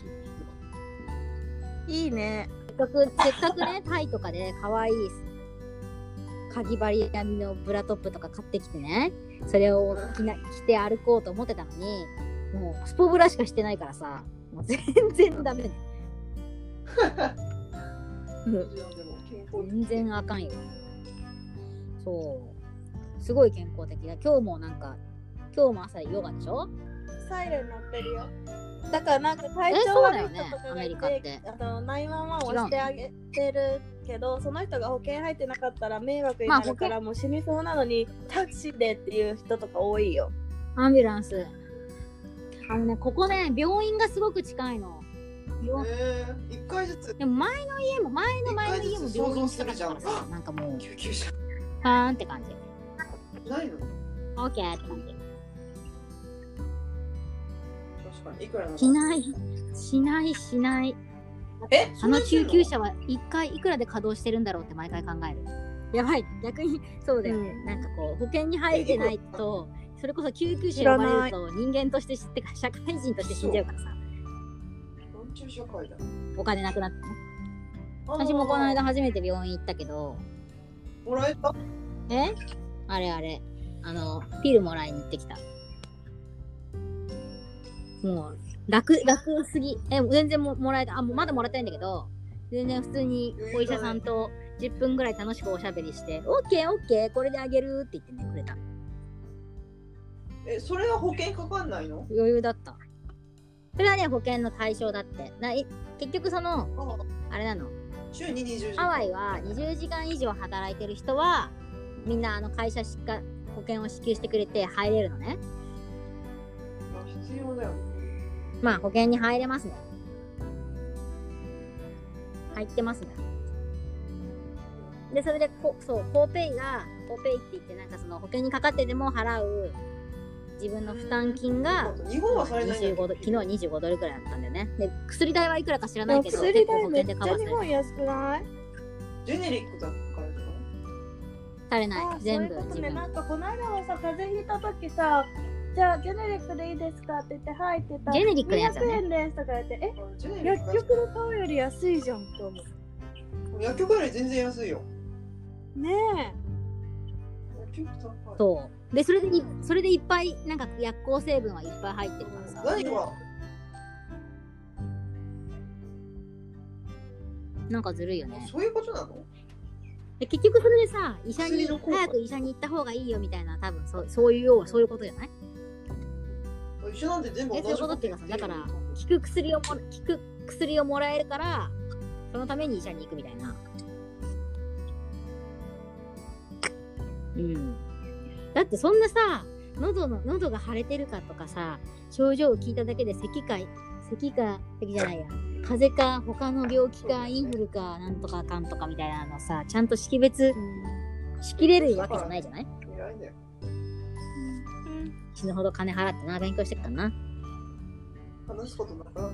A: 気
C: いいね
A: せっかくせっかくねタイとかで可愛いかぎ針編みのブラトップとか買ってきてねそれを着な着て歩こうと思ってたのにもうスポブラしかしてないからさもう全然ダメねうん
B: いやでも健康
A: 全然あかんよそうすごい健康的だ今日もなんか今日も朝ヨガでしょ
C: サイレン鳴ってるよ。だからなんか体
A: え
C: 調
A: そうだ
C: 悪い
A: よ
C: 人
A: ね
C: とか
A: ア
C: が
A: メリ
C: い
A: カって
C: て、あの911を押してあげてるけど、その人が保険入ってなかったら迷惑になるか
A: ま
C: ら、もう死にそうなのにタクシーでっていう人とか多いよ。
A: アンビュランスあのねここね病院がすごく近いの病
B: えー、一回ずつ
A: でも前の家も前の前の家も病院近かったから
B: 想像するじ
A: さ
B: ゃん
A: なんかもう
B: 救急車
A: パーンって感じ
B: ないの
A: OK って感
B: 確かにいくらなの
A: じしないしないしない
B: え
A: あの救急車は1回いくらで稼働してるんだろうって毎回考えるやばい逆にそうだよね、
C: う
A: なんかこう保険に入ってないとそれこそ救急車呼ばれると人間として知ってか社会人として死んじゃうからさ
B: そん昆虫社会だ。
A: お金なくなってね私
B: 私
A: もこの間。初めて病院行ったけど
B: もらえた
A: えあれあれあのピルもらいに行ってきたもう楽楽すぎえ全然ももらえたあもうまだもらってないんだけど全然普通にお医者さんと10分ぐらい楽しくおしゃべりして「オッケーオッケーこれであげる」って言ってねくれた
B: え、それは保険かかんないの
A: 余裕だったそれはね保険の対象だってない結局その
B: あ
A: あれなの
B: 週に20時
A: ハワイは20時間以上働いてる人はみんなあの会社しか保険を支給してくれて入れるのね
B: あ必要だよね。
A: まあ保険に入れますね入ってますねでそれでこそうコーペイがコーペイって言ってなんかその保険にかかってでも払う自分の負担金が
B: 日本はされないんだ
A: 25
B: よ
A: ド昨日は25ドルくらいだったんだよねで薬代はいくらか知らないけど
C: 薬
A: 結構保
C: 代め
A: 険
C: っち
A: で
C: ゃ
A: カバーさ
C: 日
A: れる
C: 本安くない
B: ジェネリックだからじゃない
A: されな
C: あ
A: い
C: そうい
A: 全
C: う
A: 部
C: こと
A: 自
C: ね
A: 分
C: なんかこの間はさ風邪ひいた時さじゃあジェネリックでいいですかって言って入ってた
A: ジェネリックのやつだね
C: 200円ですとか言ってえ
B: あジェネリック
C: 薬局の顔より安いじゃんって思
B: 薬局より全然安いよ。
C: うね
B: 薬局高い。
A: そうでそれでいそれでいっぱいなんか薬効成分はいっぱい入ってるからさ
B: 何が
A: なんかずるいよね
B: そういうことなの
A: で結局それでさ医者に
B: 薬の効果
A: 早く医者に行った方がいいよみたいな多分そうそういうようそういうことじゃない
B: 一緒なんて全部
A: えそうい
B: 同
A: う
B: じ
A: ことっていうか
B: 言っ
A: さ
B: て
A: だ
B: るよ
A: から効く薬をも効く薬をもらえるからそのために医者に行くみたいなうんだってそんなさ喉の喉が腫れてるかとかさ症状を聞いただけで咳か咳か咳じゃないや風邪か他の病気かインフルかなんとかかんとかみたいなのさちゃんと識別しきれるわけじゃないじゃない
B: 偉いんだよ
A: 死ぬほど金払ってな勉強してっからな
B: 話すことなくなっ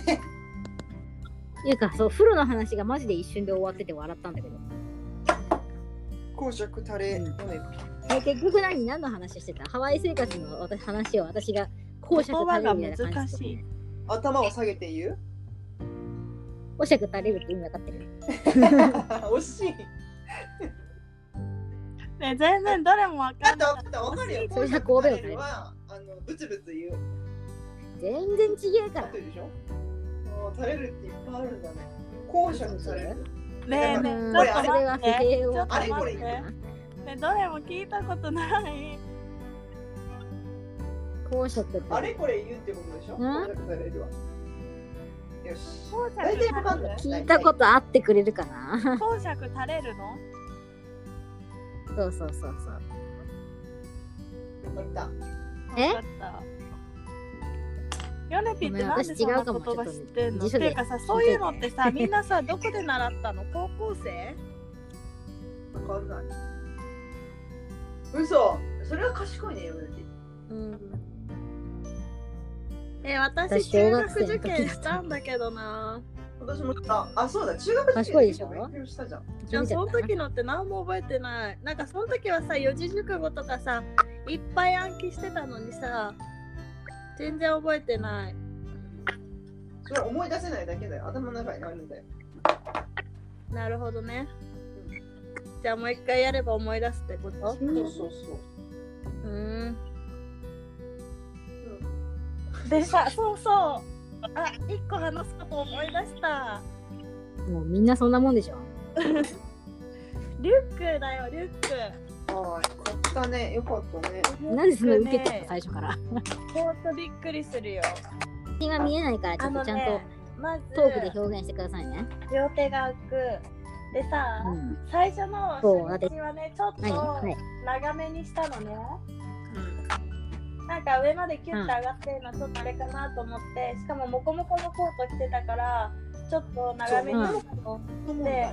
B: たね。
A: いうかそう風呂の話がマジで一瞬で終わってて笑ったんだけど
B: 公爵タレ、
A: うん
B: ね、
A: え結局何何の話してたハワイ生活の私話を私が公爵垂れるみたいな感じ
C: 言葉が難しい
B: 頭を下げて言う
A: 公爵垂れるって意味分かってる <laughs>
B: 惜しい。
C: えね全然どれもわ
B: だっ
C: かん
B: て
C: ない
B: わかったわかるよ。
A: <laughs> それじゃ
B: 公
A: 神戸を
B: 爵タレはあのブツブツ言う。
A: 全然違えか
B: 合
A: ら
B: ってるでしょあー垂れるっていっぱいあるんだね。公爵垂れる。
C: ねえねえ
A: うん
C: ちょっと
A: それは不
C: 待って
A: 平
C: ちょ
A: を
C: っと
B: あれこ
C: 待
B: れ
C: っ
B: 言
C: て
B: うな
C: ねどれも聞いたこと
A: <laughs>
C: ない
A: 公爵垂
B: あ
A: れる
B: れこれ言うってことでしょ
A: ん
B: 公爵垂れるは。よし。
C: 公爵
B: 大体わかんない。
A: 聞いたことあってくれるかな <laughs>
C: 公爵垂れるの
A: そうそうそうそう
B: よかった。
A: え
C: わかったヨネピってなんでそんな言葉知ってんの
A: ごめん私違うかもちょっと
C: っていうかさそういうのってさみんなさどこで習ったの高校生
B: わかんない。嘘それは賢いね、山崎。
A: うん
C: え私
A: 私
C: 中
A: 小
C: 学
A: 学生の時だ
C: 受
A: った
C: 験したんだけどな
B: 私もあ、あ、そうだ、中学生
A: 賢いでしょ
B: 勉強したじゃん。
C: でも
A: 見ちゃ
C: そ
A: っ
C: の
A: たな
C: 時のって何も覚えてないなんかその時はさ四字熟語とかさいっぱい暗記してたのにさ全然覚えてない
B: それは思い出せないだけだよ。頭の中にあるんだよ。
C: なるほどねじゃあもう一回やれば思い出すってこと
B: そうそうそう。
C: うんでさそうそうあ一個話すこと思い出した
A: もうみんなそんなもんでしょ
C: リュックだよリュッ
B: あ
C: ク
B: あ、よかったね。よかったね。
A: なんでそんな受けて
C: リュ
A: た
C: ッ
A: の
C: クね
A: 最初から
C: ほんとびっくりするよ
A: 今見えないからちょっとちゃんと
C: まず
A: トークで表現してくださいね
C: 両手が浮くでさ、
A: うん
C: 最初の
A: そうだっ
C: 初
A: て
C: 日はねちょっと
A: 何はい
C: 長めにしたのねなんか上までキュッと上がってるのちょっとあれかなと思って、しかもモコモコのコート着てたからちょっと長めにしたの、
B: と思う
C: で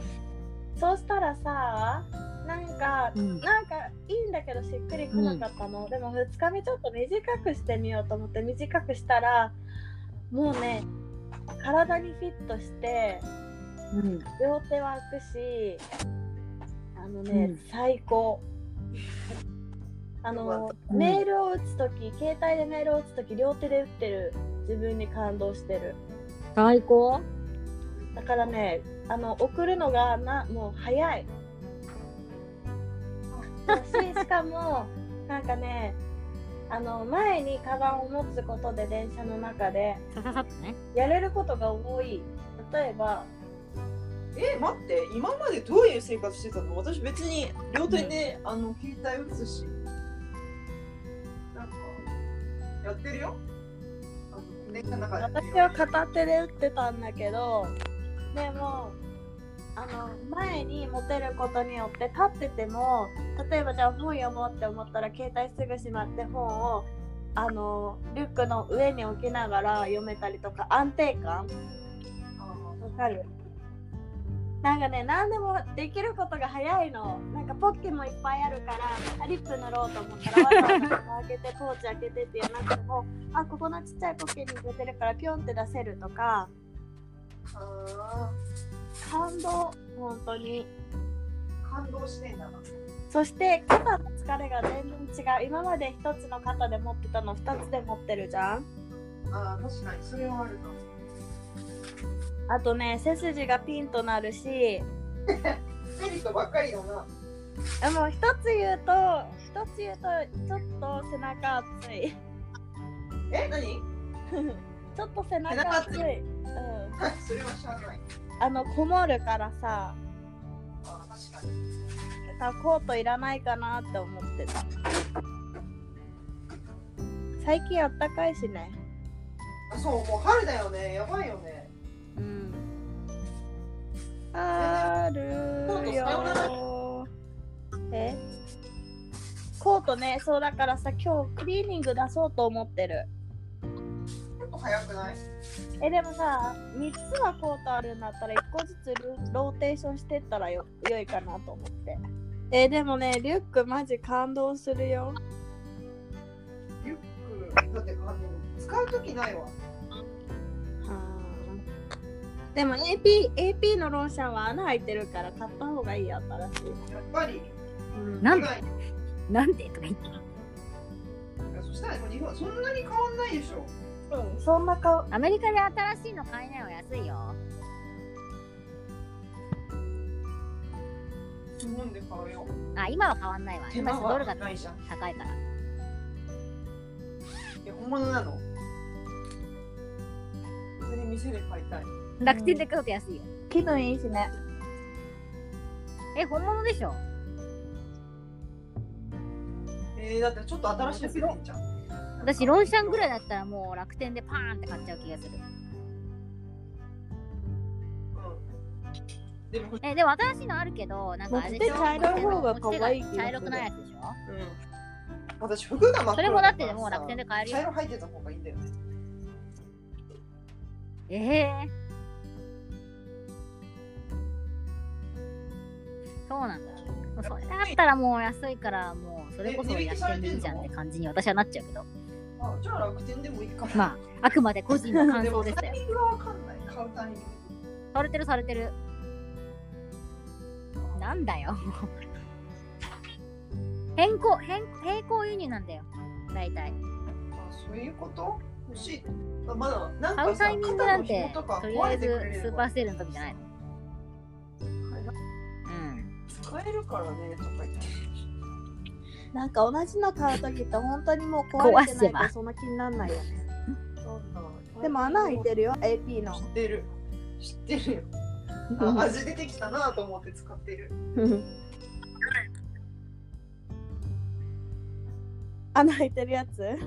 C: そうしたらさなんか、
A: うん
C: なんかいいんだけどしっくりこなかったの、でも2日目ちょっと短くしてみようと思って短くしたらもうね体にフィットして
A: うん
C: 両手は空くしあの
A: う
C: ね、
A: ん
C: 最高あの、
A: うん
C: メールを打つ時携帯でメールを打つ時両手で打ってる自分に感動してる
A: 最高
C: だからね、あの送るのがなもう早い。私しかも <laughs> なんかね、あの前にカバンを持つことで電車の中で
A: さささっとね
C: やれることが多い。例えば
B: え待って今までどういう生活してたの私別に両手で、あの携帯打つしなんかやってるよあの電車の中で
C: 私は片手で打ってたんだけどでもあの前に持てることによって立ってても例えばじゃあ本読もうって思ったら携帯すぐしまって本をあのリュックの上に置きながら読めたりとか安定感
B: あ
C: わかるなんかね何でもできることが早いのなんかポッケもいっぱいあるからあリップ塗ろうと思ったらわざわざ開けてポーチ開けてってやらなくてもあここのちっちゃいポッケに入れてるからピョンって出せるとか
B: あ
C: 感動本当に
B: ー感動してんだな
C: そして肩の疲れが全然違う今まで一つの肩で持ってたの二つで持ってるじゃん
B: あー確かにそれはあるな
C: あとね背筋がピンとなるし
B: メリットばっかりだな
C: あもう一つ言うと一つ言うとちょっと背中熱い
B: え何
C: ちょっと背中熱い
B: 背中
C: うん、
B: それはしゃあない
C: あのこもるからさ
B: あー確かに
C: さコートいらないかなって思ってた最近あったかいしね
B: あそうもう春だよねやばいよね
C: うんあるよえコートねそうだからさ今日クリーニング出そうと思ってる
B: 結構早くない
C: えでもさ3つはコートあるんだったら1個ずつルローテーションしてったらよ良いかなと思ってえでもねリュックマジ感動するよ
B: リュックだってあの使う時ないわ
C: でも AP, AP のローションは穴開いてるから買った方がいいよ新しい、
B: やっぱり
C: うん
A: なん
B: 以外に
A: なんでとか言って
B: いやそしたら日本そんなに変わんないでしょ
C: うんそんな顔
A: アメリカで新しいの買えないは安いよ
B: 日本で買うよ
A: あ今は変わんないわ
B: 手
A: 今
B: 間
A: ちょっとドルが
B: は
A: 高
B: ないいじゃん
A: から
B: え本物なの普通に店で買いたい
A: 楽天で買うと安いよ
C: 気分いいしね
A: え本物でしょ
B: えー、だってちょっと新しいやつ出てんじゃん
A: 私ロンシャンぐらいだったらもう楽天でパーンって買っちゃう気がする
B: うんでもこれ
A: えでも新しいのあるけどなんかあれでしょ
B: 持ち手
C: 茶色い方が可愛
A: 持
C: い気がす
A: ち手
C: る
A: が茶色くないやつでしょ
B: うん私服が真っ黒
A: それもだって
B: からさ
A: もう楽天で買えるよ
B: 茶色入ってた方がいいんだよね
A: ええそうなんだもうそれだったらもう安いからもうそれこそ安いでいいじゃんって感じに私はなっちゃうけど
B: あじゃあ楽天でもいいか
A: <laughs> まああくまで個人の感
B: で
A: 想
B: も
A: でした
B: タ
A: よ
B: イミングがわかんない買うタイミン
A: されてるされてる
B: グ
A: なんだよ変更変並行輸入なんだよ大体
B: あそういうこと欲しいあまだなん
A: 買
B: か
A: うタイミングなん
B: 肩の
A: て
B: 紐とか
A: とりあえ
B: 壊れてくれ
A: ず
B: れ
A: スーパ
B: ば
A: ーセールの時じゃないのうん
B: 使えるからねとか言って
C: なんか同じの買う時って本当にもう壊れて
A: 壊せ
C: ない
A: ば
C: とそんな気にならないよね
B: なんだろう
C: でも穴開いてるよ AP
A: <laughs>
C: の
B: 知ってる知ってるよあ味出てきたなと思って使ってる
C: 穴開いてるやつ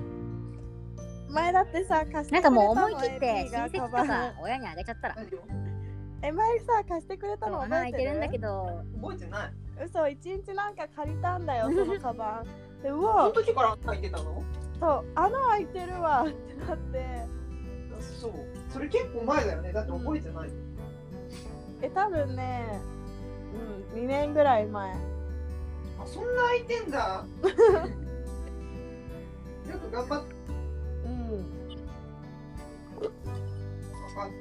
C: 前だってさ貸してくれた
A: な
C: の
A: んかもう思い切って親
C: AP
A: 戚と
C: がカバ
A: か
C: ン
A: 親にあげちゃったら
B: 何を
C: え前さ貸してくれたの
A: 穴
C: 覚
A: 開
C: え
A: い
C: て
A: て
C: る
A: るんだけど
B: 覚えてない
C: 嘘一日なんか借りたん
A: <laughs>
C: だよそのカバンでう
B: その
C: わ
B: 時から入ってたの
C: そう穴開いてるわってなって
B: あそうそれ結構前だよねだって覚えてない
C: え多分ねうん2年ぐらい前
B: あそんな開いてんだ <laughs> よく頑張って
C: うん
B: 分かっ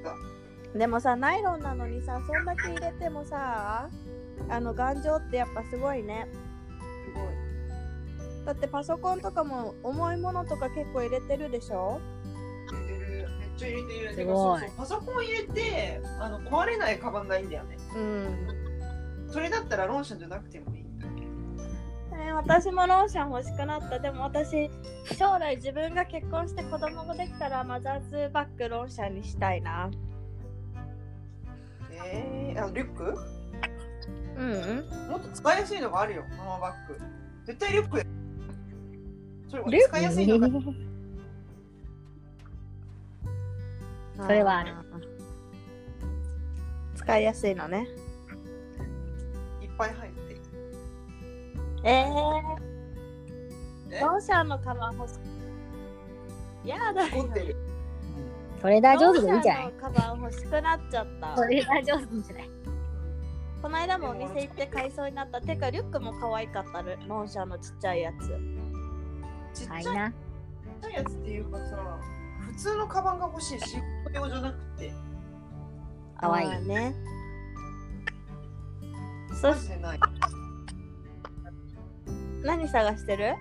B: た
C: でもさナイロンなのにさそんだけ入れてもさあの頑丈ってやっぱすごいね
B: すごい
C: だってパソコンとかも重いものとか結構入れてるでしょ
B: 入れてるめっちゃ入れてる。
D: すごい
B: てかそうそうパソコン入れてあの壊れないカバンないんだよね。
D: うん。
B: それだったらローションじゃなくてもいい。
C: えー私もローション欲しくなったでも私将来自分が結婚して子供ができたらマザーズバッグローションにしたいな
B: えー、あリュック
C: うん
B: もっと使いやすいのがあるよ、ママバッグ。絶対リュックだよそれ
D: ル
B: 使いやすいのが
D: それはある
C: 使いやすいのね
B: いっぱい入ってる。
C: えー、
B: え
C: ローションのカバン欲しいやだ
B: 凝ってる。
D: それだ上手でいいんじゃない
C: ローションのカバン欲しくなっちゃった
D: それだ上手でいいんじゃない
C: この間もお店行って買いそうになったてかリュックも可愛かったルローションのちっちゃいやつ
B: ちっちゃ
D: はいい
B: ちっ
D: な。
B: ちゃいやつっていうかさ、普通のカバンが欲しい、仕事用じゃなくて、
D: 可愛い
C: あーねそ
B: マ
C: し
B: ジでない。
C: 何探してる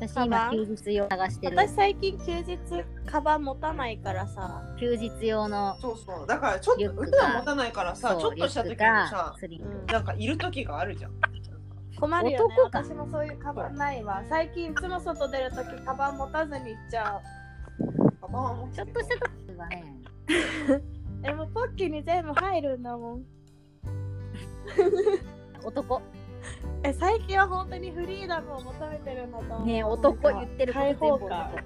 D: 私
C: カバ
D: 今
C: ン
D: 休日用探してる。
C: 私最近休日カバン持たないからさ
A: 休日用の
B: そうそう。だからちょっ
A: リュ
B: と
A: ック
B: 普
A: が
B: 段持たないからさ、ちょっとした時にさ、
A: スリング
C: うん
B: なんかいる時があるじゃん。
C: 困るよね
D: 男か
C: 私もそういうカバンないわ最近いつも外出るときカバン持たずに行っちゃう
B: カバンは持って
A: ちょ
B: る
A: っとした時はね
C: でもポッキーに全部入るんだもん
A: 男
C: え最近は本当にフリーダムを求めてるんだと思う
A: ねえ男言ってること
C: 開
A: 全部
C: 放
A: 男
C: 感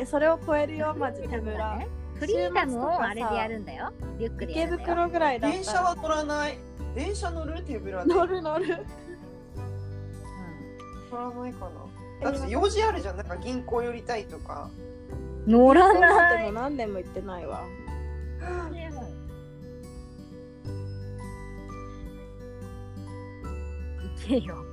C: えそれを超えるよマジ手ぶ
A: <laughs>
C: ら
A: フリーダムをあれでやるんだよリュックでやる
C: 池
A: んだよ
C: 袋ぐらいだった
B: 電車は乗らない。電車乗る手ぶらで
C: 乗る乗る
B: 乗らないかな。だって用事あるじゃん、なんか銀行寄りたいとか。
D: 乗ら
C: でも何年も行ってないわ
A: いけよ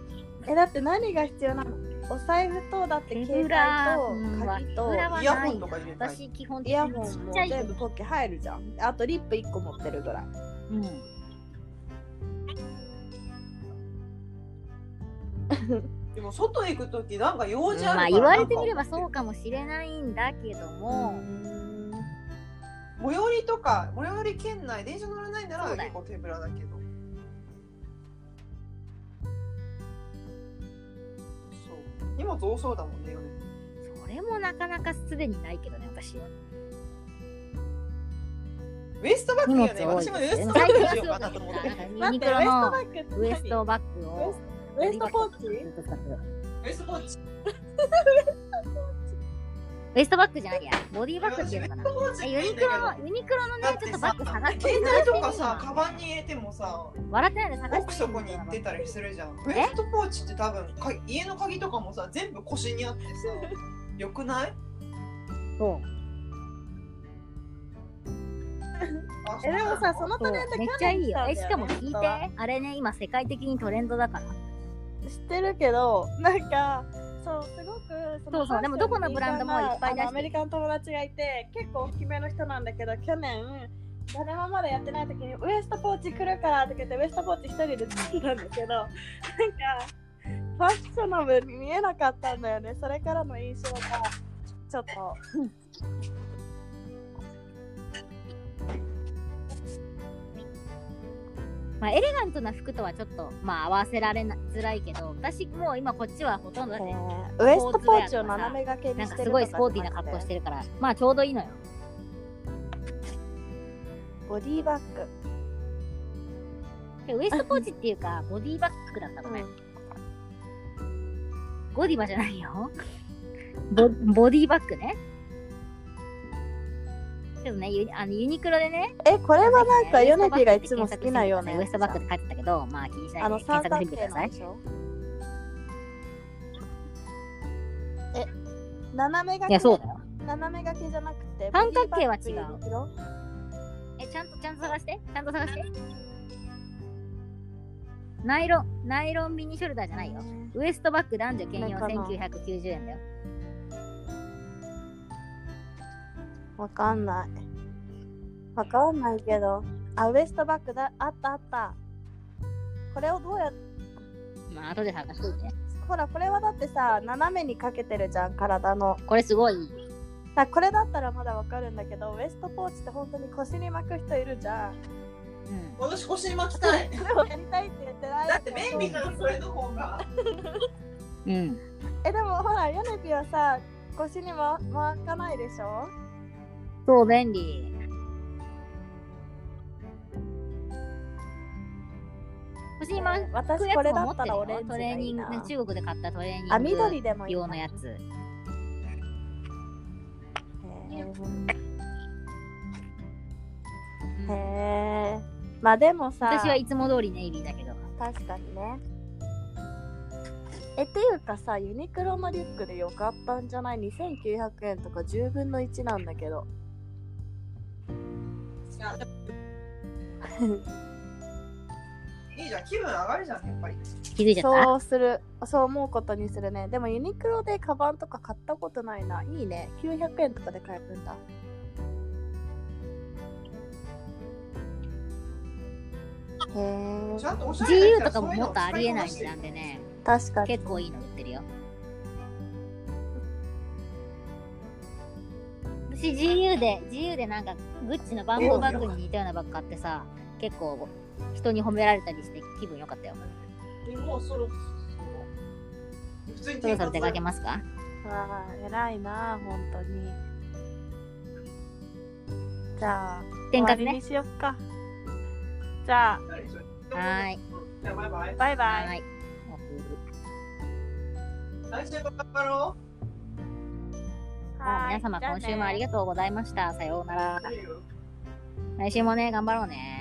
C: えだって何が必要なのお財布とだって
A: 手
C: 携
A: ぶ
C: 帯
A: ら
C: と鍵と
A: 手ぶらは
B: イヤ
A: な
B: ホ
A: い
B: ン
A: な
B: とか入れたい
A: 私基本
C: イ
A: 的
C: ヤ
A: に
C: ホン
A: ちっ
C: も
A: ちゃい
C: 全部ポッケ入るじゃんあとリップ1個持ってるぐらい
A: うん
B: でも外行く時なんか用事あるから、
A: まあ言われてみればそう
B: か
A: かもしれないんだけども
B: 最寄りとか最寄り圏内電車乗らないな
A: そ
B: ら
A: うだよ
B: 結構手ぶらだけどそう荷物多そうだもんねよね
A: それもなかなかすでにないけどね私
B: ウエストバッグいいよね
A: 荷物多い
B: 私もウエストバッ
A: 最近
B: グに
A: は
B: し
A: す
B: よう
A: ご
B: か
A: か
B: な
A: った
B: と思
A: な
B: っ
A: なん
B: て
A: かユ
C: 待
A: ニ
C: っ
A: ク
C: てウエ
A: ロ
C: スト
A: の
C: バッグ
A: ウエストバッグを
C: ウエストポーチ
A: ずっと使ってる
B: ウエストポーチ
A: ウエストバッグじゃないやボディバッグって
B: 私
A: い
B: ウ
A: う
B: エ
A: のかな
B: ストポーチ
A: ユニクロのユニクロの
B: だっ
A: ねちょってとバ
B: さ
A: ッグ探して
B: 携帯とかさカ
A: 探
B: バ
A: して
B: ン
A: みる
B: に入れてもさ
A: の笑ってないで探
B: 奥
A: してみ
B: 底
A: る
B: に行ってたりするじゃんウ
A: え
B: エストポーチって多分か家の鍵とかもさ全部腰にあってさよくない
A: そう
B: あ
C: えでもさその
A: そ
C: ト
A: う
C: レンド
A: めっち
C: 去
A: ゃ
C: 年
A: いいよ
C: 来たんだ
A: えしかも
C: ね
A: 聞い
C: 本当は
A: てあれね今世界的にトレンドだから
C: 知ってるけどなんかそうすごくそ
A: そうそうでもどこのブランドもいっぱい出してる
C: あのアメリカの友達がいて結構大きめの人なんだけど去年誰もまだやってない時にウエストポーチ来るからって言ってウエストポーチ一人で作ったんだけどなんかファッショナブルに見えなかったんだよねそれからの印象がちょっと
A: まあエレガントな服とはちょっとまあ合わせられなづらいけど私もう今こっちはほとんどだって
C: ウエストポーチを斜め掛け
A: なん
C: にし
A: か
C: て
A: す
C: る
A: ごいスポーティーな格好してるからまあちょうどいいのよ
C: ボディバッグ
A: でウエストポーチっていうかボディバッグだったのね、ゴディバじゃないよボボディバッグねちょっとねユニあのユニクロでね
C: えこれはなんか
A: ウエ
C: ヨ
A: スト
C: ネ
A: バ
C: ピが
A: ッグ
C: いつも好きなような
A: ウエストバッグ
C: グ
A: って書いてたけどまあ気にしな
C: あ
A: いで
C: の三
A: 検索
C: 角
A: してみて
C: 形
A: くださ
C: の
A: い
C: でしょえ斜め掛
A: い
C: け
A: やそうだよ
C: 斜め掛けじゃなくて
A: 三角形は違う
C: ボディバッグっていの
A: えちゃんとちゃんと探してちゃんと探してナイロンナイロンミニショルダーじゃないよウエストバッグ男女兼用
C: これかな
A: 1990円だよ
C: わかんないわかんないけどあウエストバッグだあったあったこれをどうやって
A: まあ後で探しといて
C: ほらこれはだってさ斜めにかけてるじゃん体の
A: これすごいいい
C: さこれだったらまだわかるんだけどウエストポーチって本当に腰に巻く人いるじゃん
A: うん
B: 私腰に巻きたい。
C: でもやりたいって言ってない
B: だって便利からそれの方が。
A: うん、
C: えでもほらヨネピはさ腰にま巻かないでしょ
A: そう便利。腰に巻く
C: 私
A: や
C: これ
A: つ
C: だ
A: も持っ
C: っ
A: て
C: た
A: る
C: ら
A: よ
C: オレンジ
A: ト
C: が
A: レー
C: い
A: ニ
C: い
A: ング
C: な
A: 中国で買ったトレーニング
C: あ緑でもいいな
A: 用のやつ
C: へーへえまあでもさ
A: 私はいつも通りネイビーだけど
C: 確かにねえっていうかさユニクロのリュックでよかったんじゃない2900円とか10分の1なんだけど
B: いやでもいいじゃん、気分上がるじゃん、やっぱり。
A: 気づいちゃった
C: そうするそう思うことにするねでもユニクロでカバンとか買ったことないないいね900円とかで買えるんだへえ
B: ちゃんとおしゃれな人
A: GU
B: は
A: とかも
B: そういう
A: もっと
B: のを使
A: ありえない値
B: こな
A: 段でね
C: 確かに
A: 結構いいの売ってるよ私 GU で GU でなんかグッチのバンボーバッグに似たようなバッグ買ってさ結構人に褒められたりして気分良かったよ
B: でもうそろそろ。普通に
A: そろそろ出かけ
B: ま
A: ますか
C: わあ偉いなあ本当にじゃあ
A: 転活
C: 終わり
A: ね
C: にしよっかじゃあ
B: す。
A: はーい
B: じゃあバイバイ。
C: バイバ
A: は
C: イ
A: ーい
B: 来週も頑張ろ
A: 皆様今週もあり
C: が
A: がとうございましたさようなら
B: う。いいよ
A: 来週もね頑張ろうね